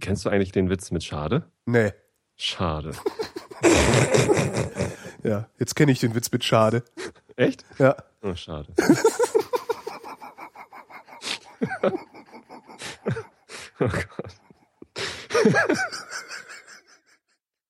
Kennst du eigentlich den Witz mit Schade? Nee. Schade. Ja, jetzt kenne ich den Witz mit Schade. Echt? Ja. Oh, schade. oh Gott.